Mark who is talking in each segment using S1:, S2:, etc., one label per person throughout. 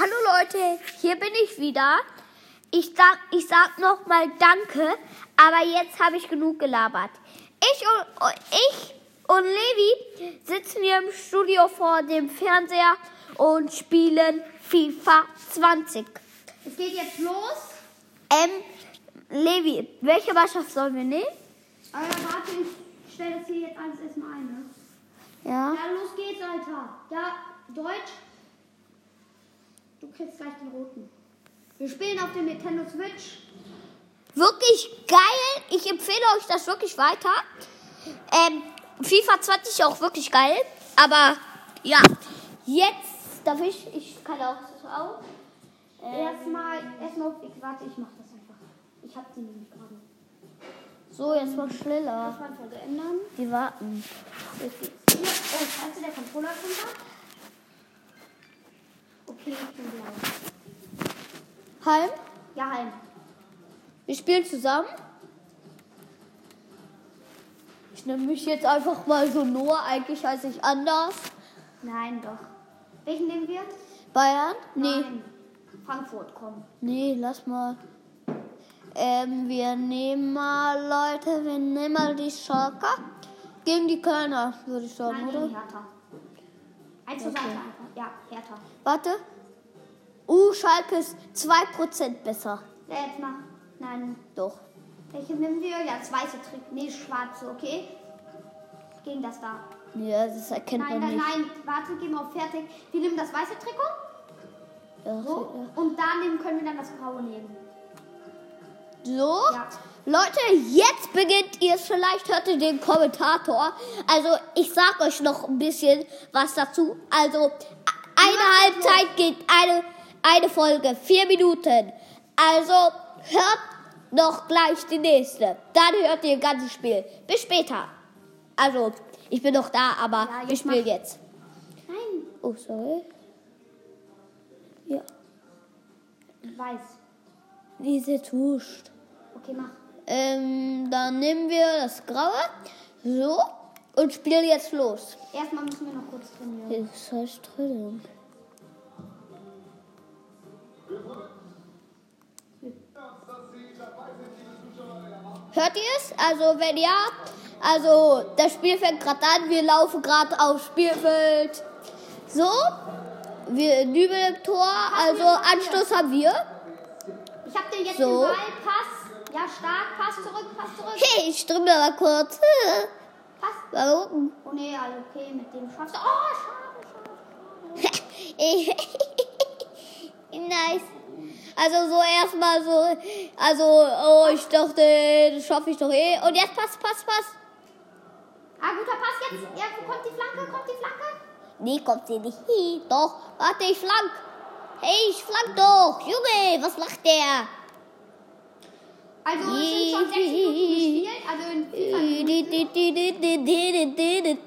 S1: Leute, hier bin ich wieder. Ich sag, ich sag noch mal Danke, aber jetzt habe ich genug gelabert. Ich und, ich und Levi sitzen hier im Studio vor dem Fernseher und spielen FIFA 20.
S2: Es geht jetzt los.
S1: Ähm, Levi, welche Mannschaft sollen wir nehmen?
S2: Alter, warte, ich stelle das hier jetzt alles erstmal ein. Ne?
S1: Ja.
S2: Ja, los geht's, Alter. Ja, Deutsch. Du kriegst gleich den roten. Wir spielen auf dem Nintendo Switch.
S1: Wirklich geil. Ich empfehle euch das wirklich weiter. Ähm, FIFA 20 ist auch wirklich geil. Aber ja, jetzt darf ich. Ich kann auch so auf.
S2: Erstmal, erstmal, ich, warte, ich mach das einfach. Ich hab die nämlich gerade.
S1: So, jetzt mal schneller.
S2: Das Reihenfolge ändern.
S1: Die warten.
S2: Jetzt geht's. Hier. Oh, scheiße, der Controller kommt da. Okay, ich bin blau.
S1: Heim,
S2: Ja, halt. heim.
S1: wir spielen zusammen. Ich nehme mich jetzt einfach mal so Noah. Eigentlich heiße ich anders.
S2: Nein, doch. Welchen nehmen wir?
S1: Bayern? Nee.
S2: Nein. Frankfurt, komm.
S1: Nee, lass mal. Ähm, wir nehmen mal, Leute, wir nehmen mal die Schalker gegen die Kölner, würde ich sagen,
S2: Nein,
S1: oder?
S2: gegen Hertha. Eins zu
S1: Okay.
S2: Seite einfach. Ja, Hertha.
S1: Warte. Uh, Schalke ist 2% besser.
S2: Ja, jetzt mal. Nein.
S1: Doch.
S2: Welche nehmen wir? Ja, das weiße Trick. Nee, das schwarze, okay? Gegen das da.
S1: Ja, das erkennt man
S2: Nein, nein,
S1: nicht.
S2: nein. Warte, gehen wir auf fertig. Wir nehmen das weiße Trikot.
S1: Ja,
S2: So. Und daneben können wir dann das graue nehmen.
S1: So,
S2: Ja.
S1: Leute, jetzt beginnt ihr es. Vielleicht hört ihr den Kommentator. Also, ich sag euch noch ein bisschen was dazu. Also, a- eine Halbzeit geht eine, eine Folge, vier Minuten. Also, hört noch gleich die nächste. Dann hört ihr das ganze Spiel. Bis später. Also, ich bin noch da, aber
S2: Ja, jetzt
S1: wir spielen
S2: mach-
S1: jetzt.
S2: Nein,
S1: Oh, sorry. Ja,
S2: weiß.
S1: diese Tuscht.
S2: Okay, mach.
S1: Ähm, dann nehmen wir das Graue. So. Und spielen jetzt los.
S2: Erstmal müssen wir noch kurz trainieren.
S1: Das heißt Trillung. Hört ihr es? Also wenn ja, also das Spiel fängt gerade an, wir laufen gerade aufs Spielfeld. So, wir Nübel im Tor, also Anstoß haben wir.
S2: Ich hab dir jetzt
S1: So.
S2: den Ball. Pass. Ja, stark. Pass zurück, pass zurück.
S1: Hey, ich strimme mal kurz.
S2: Pass.
S1: Mal gucken.
S2: Oh nee, also okay, mit dem schaffst du. Oh, schade, schade.
S1: nice. Also so erstmal so, also oh, ich dachte, das schaffe ich doch eh. Und jetzt passt, passt, passt.
S2: Ah, guter Pass jetzt. Ja, kommt die Flanke, kommt die Flanke.
S1: Nee, kommt sie nicht. Hi, Doch, warte, ich flank. Hey, ich flank doch. Junge, was macht der?
S2: Also, es sind schon sechs Minuten gespielt. Also, in FIFA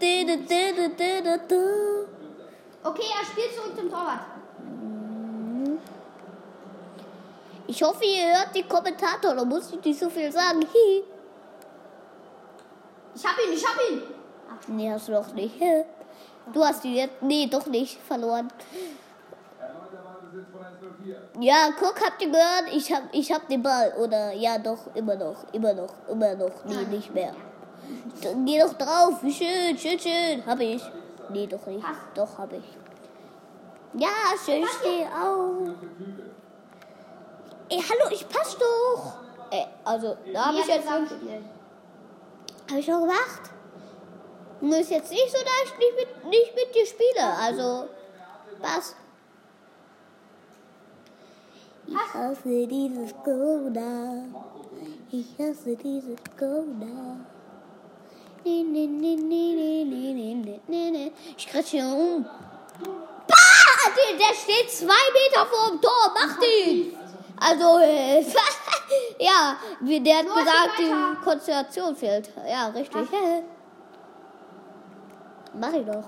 S1: Äh,
S2: Minuten. Okay, er spielt zurück zum Torwart.
S1: Ich hoffe, ihr hört den Kommentator, da muss ich nicht so viel sagen. Hi.
S2: Ich hab ihn, ich hab ihn.
S1: Nee, hast du doch nicht. Hä? Du hast die jetzt. Nee, doch nicht. Verloren. Ja, guck, habt ihr gehört? Ich hab, ich hab den Ball. Oder ja, doch, immer noch, immer noch, immer noch. Nee, nicht mehr. Dann Geh doch drauf. Wie schön, schön, schön. Hab ich. Nee, doch nicht. Doch, hab ich. Ja, schön, steh auf. Ey, hallo, ich pass doch. Äh, also, da hab
S2: Nee,
S1: ich
S2: er
S1: jetzt.
S2: hat gespielt.
S1: Habe ich schon gemacht. Nur ist jetzt nicht so, dass ich nicht mit, nicht mit dir spiele. Also, was? Ich hasse dieses Corona. Ich hasse dieses Corona. Nee, nee, nee, nee, nee, nee, nee, nee, nee, nee. Ich kratze hier um. Bah! Der, der steht zwei Meter vor dem Tor. Macht ihn! Also, äh, ja, wie der hat
S2: Los,
S1: gesagt,
S2: weiter.
S1: die Konzentration fehlt. Ja, richtig. Mach ich doch.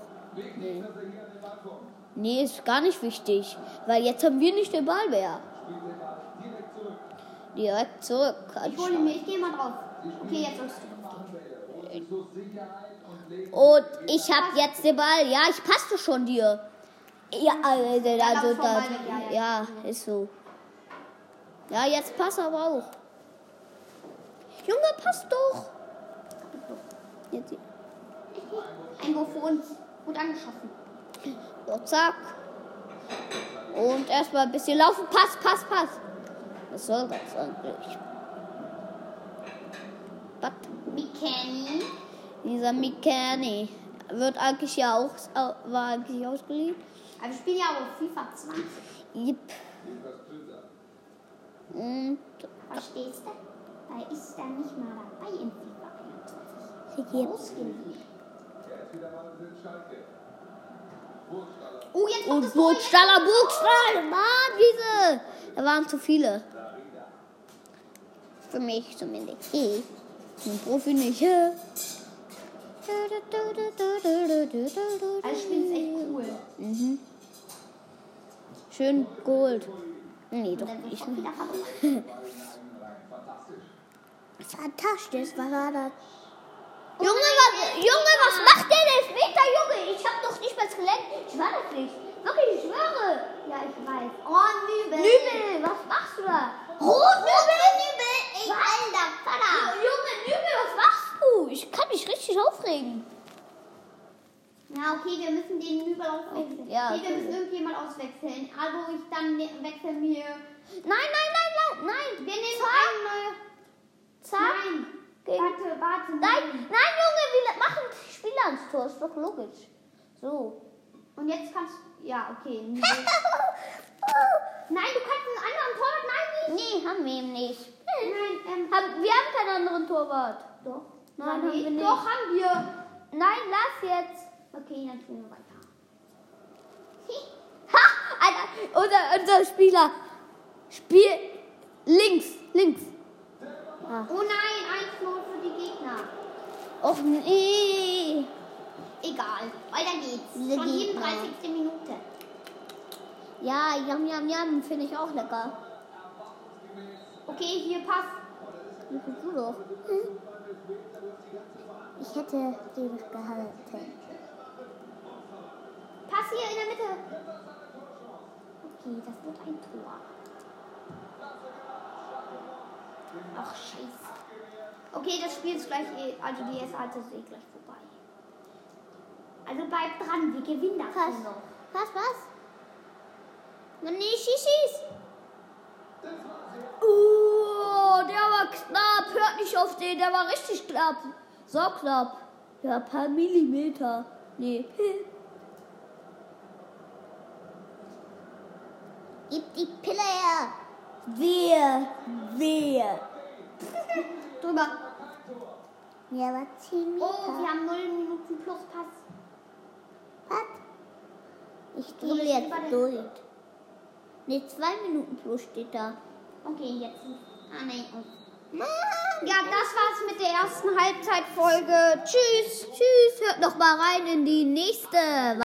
S1: Nee. nee, ist gar nicht wichtig, weil jetzt haben wir nicht den Ball mehr. Direkt zurück.
S2: Ich hole ihn mir, ich geh mal drauf. Okay, jetzt sollst du drauf gehen.
S1: Und ich habe jetzt den Ball. Ja, ich passte schon dir. Ja, also, also
S2: vorbei,
S1: da,
S2: ja,
S1: ja, ist so. Ja, jetzt passt aber auch. Junge, passt doch. Jetzt,
S2: Ein Go für uns. Gut angeschossen.
S1: so, zack. Und erstmal ein bisschen laufen. Pass, pass, pass. Was soll das eigentlich? Was?
S2: Bikini.
S1: Dieser Mikani wird eigentlich ja auch, au- war eigentlich ausgeliehen.
S2: Aber wir spielen ja auch FIFA 20.
S1: Jip. Und
S2: Verstehst du? Da ist er nicht mal dabei in FIFA 21.
S1: jetzt.
S2: Ausgeliehen.
S3: Burgstaller,
S2: Oh, jetzt kommt
S1: Und
S2: das neue.
S1: Burgstaller, Burgstaller, Mann, diese. Da waren zu viele. Für mich zumindest. Ich bin Profi nicht.
S2: Also, ich finde es echt cool.
S1: Mhm. Schön Gold. Nee, doch
S2: Dann bin ich
S1: nicht.
S2: auch wieder verloren.
S3: fantastisch.
S1: Fantastisch, was war das? Junge, was, Junge, was macht der denn später, Junge? Ich hab doch nicht mal Skelett.
S2: Ich war das nicht. Wirklich, ich schwöre. Ja, ich weiß. Oh, Nübel.
S1: Nübel, was machst du da?
S2: Rot, Nübel, Nübel. Ich alter Vater.
S1: Ah, Junge, Nübel, was machst du? Ich kann mich richtig aufregen.
S2: Na, okay, wir müssen den Nübel auswechseln.
S1: Ja,
S2: okay, wir
S1: okay.
S2: müssen irgendjemand auswechseln. Also, ich dann ne- wechseln wir.
S1: Nein, nein, nein, nein, nein.
S2: Wir nehmen einen neuen.
S1: Zack.
S2: Nein.
S1: Gegen-
S2: Warte, warte.
S1: Nein, nein, Junge, wir machen Spieler ans Tor. Ist doch logisch. So.
S2: Und jetzt kannst du. Ja, okay. Nübel. Nein, du kannst einen anderen Torwart. Nein, nicht.
S1: nee, haben wir eben nicht.
S2: Nein, ähm.
S1: Haben, wir haben keinen anderen Torwart.
S2: Doch.
S1: Nein, haben wir nicht.
S2: Doch, haben wir.
S1: Nein, lass jetzt.
S2: Okay, dann spielen wir weiter.
S1: Ha! Alter, unser, unser Spieler. Spiel links, links.
S2: Oh nein, 1-0 für die Gegner.
S1: Och nee.
S2: Egal, weiter geht's.
S1: Diese
S2: Schon
S1: Gegner.
S2: 37. Minute.
S1: Ja, yam, yam, yam, finde ich auch lecker.
S2: Okay, hier Pass.
S1: Wie findest du doch? Hm? Ich hätte den gehalten.
S2: Pass hier in der Mitte. Okay, das wird ein Tor. Ach, scheiße. Okay, das Spiel ist gleich eh, also die erste Halbzeit ist eh gleich vorbei. Also bleibt dran, wir gewinnen das
S1: Pass.
S2: Ding noch.
S1: Was, was? Mann, nee, schieß, schieß. Oh, der war knapp. Hört nicht auf den, der war richtig knapp. So knapp. Ja, ein paar Millimeter. Nee. Gib die Pille her. Wer? Wer?
S2: Drüber.
S1: Ja, war 10 Meter.
S2: Oh, wir haben 0 Minuten plus Pass.
S1: Was? Ich drücke
S2: Ich
S1: jetzt
S2: über den-
S1: durch. Ne, zwei Minuten plus steht da.
S2: Okay, jetzt. Ah, nein.
S1: oh.
S2: Ja, das war's mit der ersten Halbzeitfolge. Tschüss.
S1: Tschüss, tschüss. Hört noch mal rein in die nächste.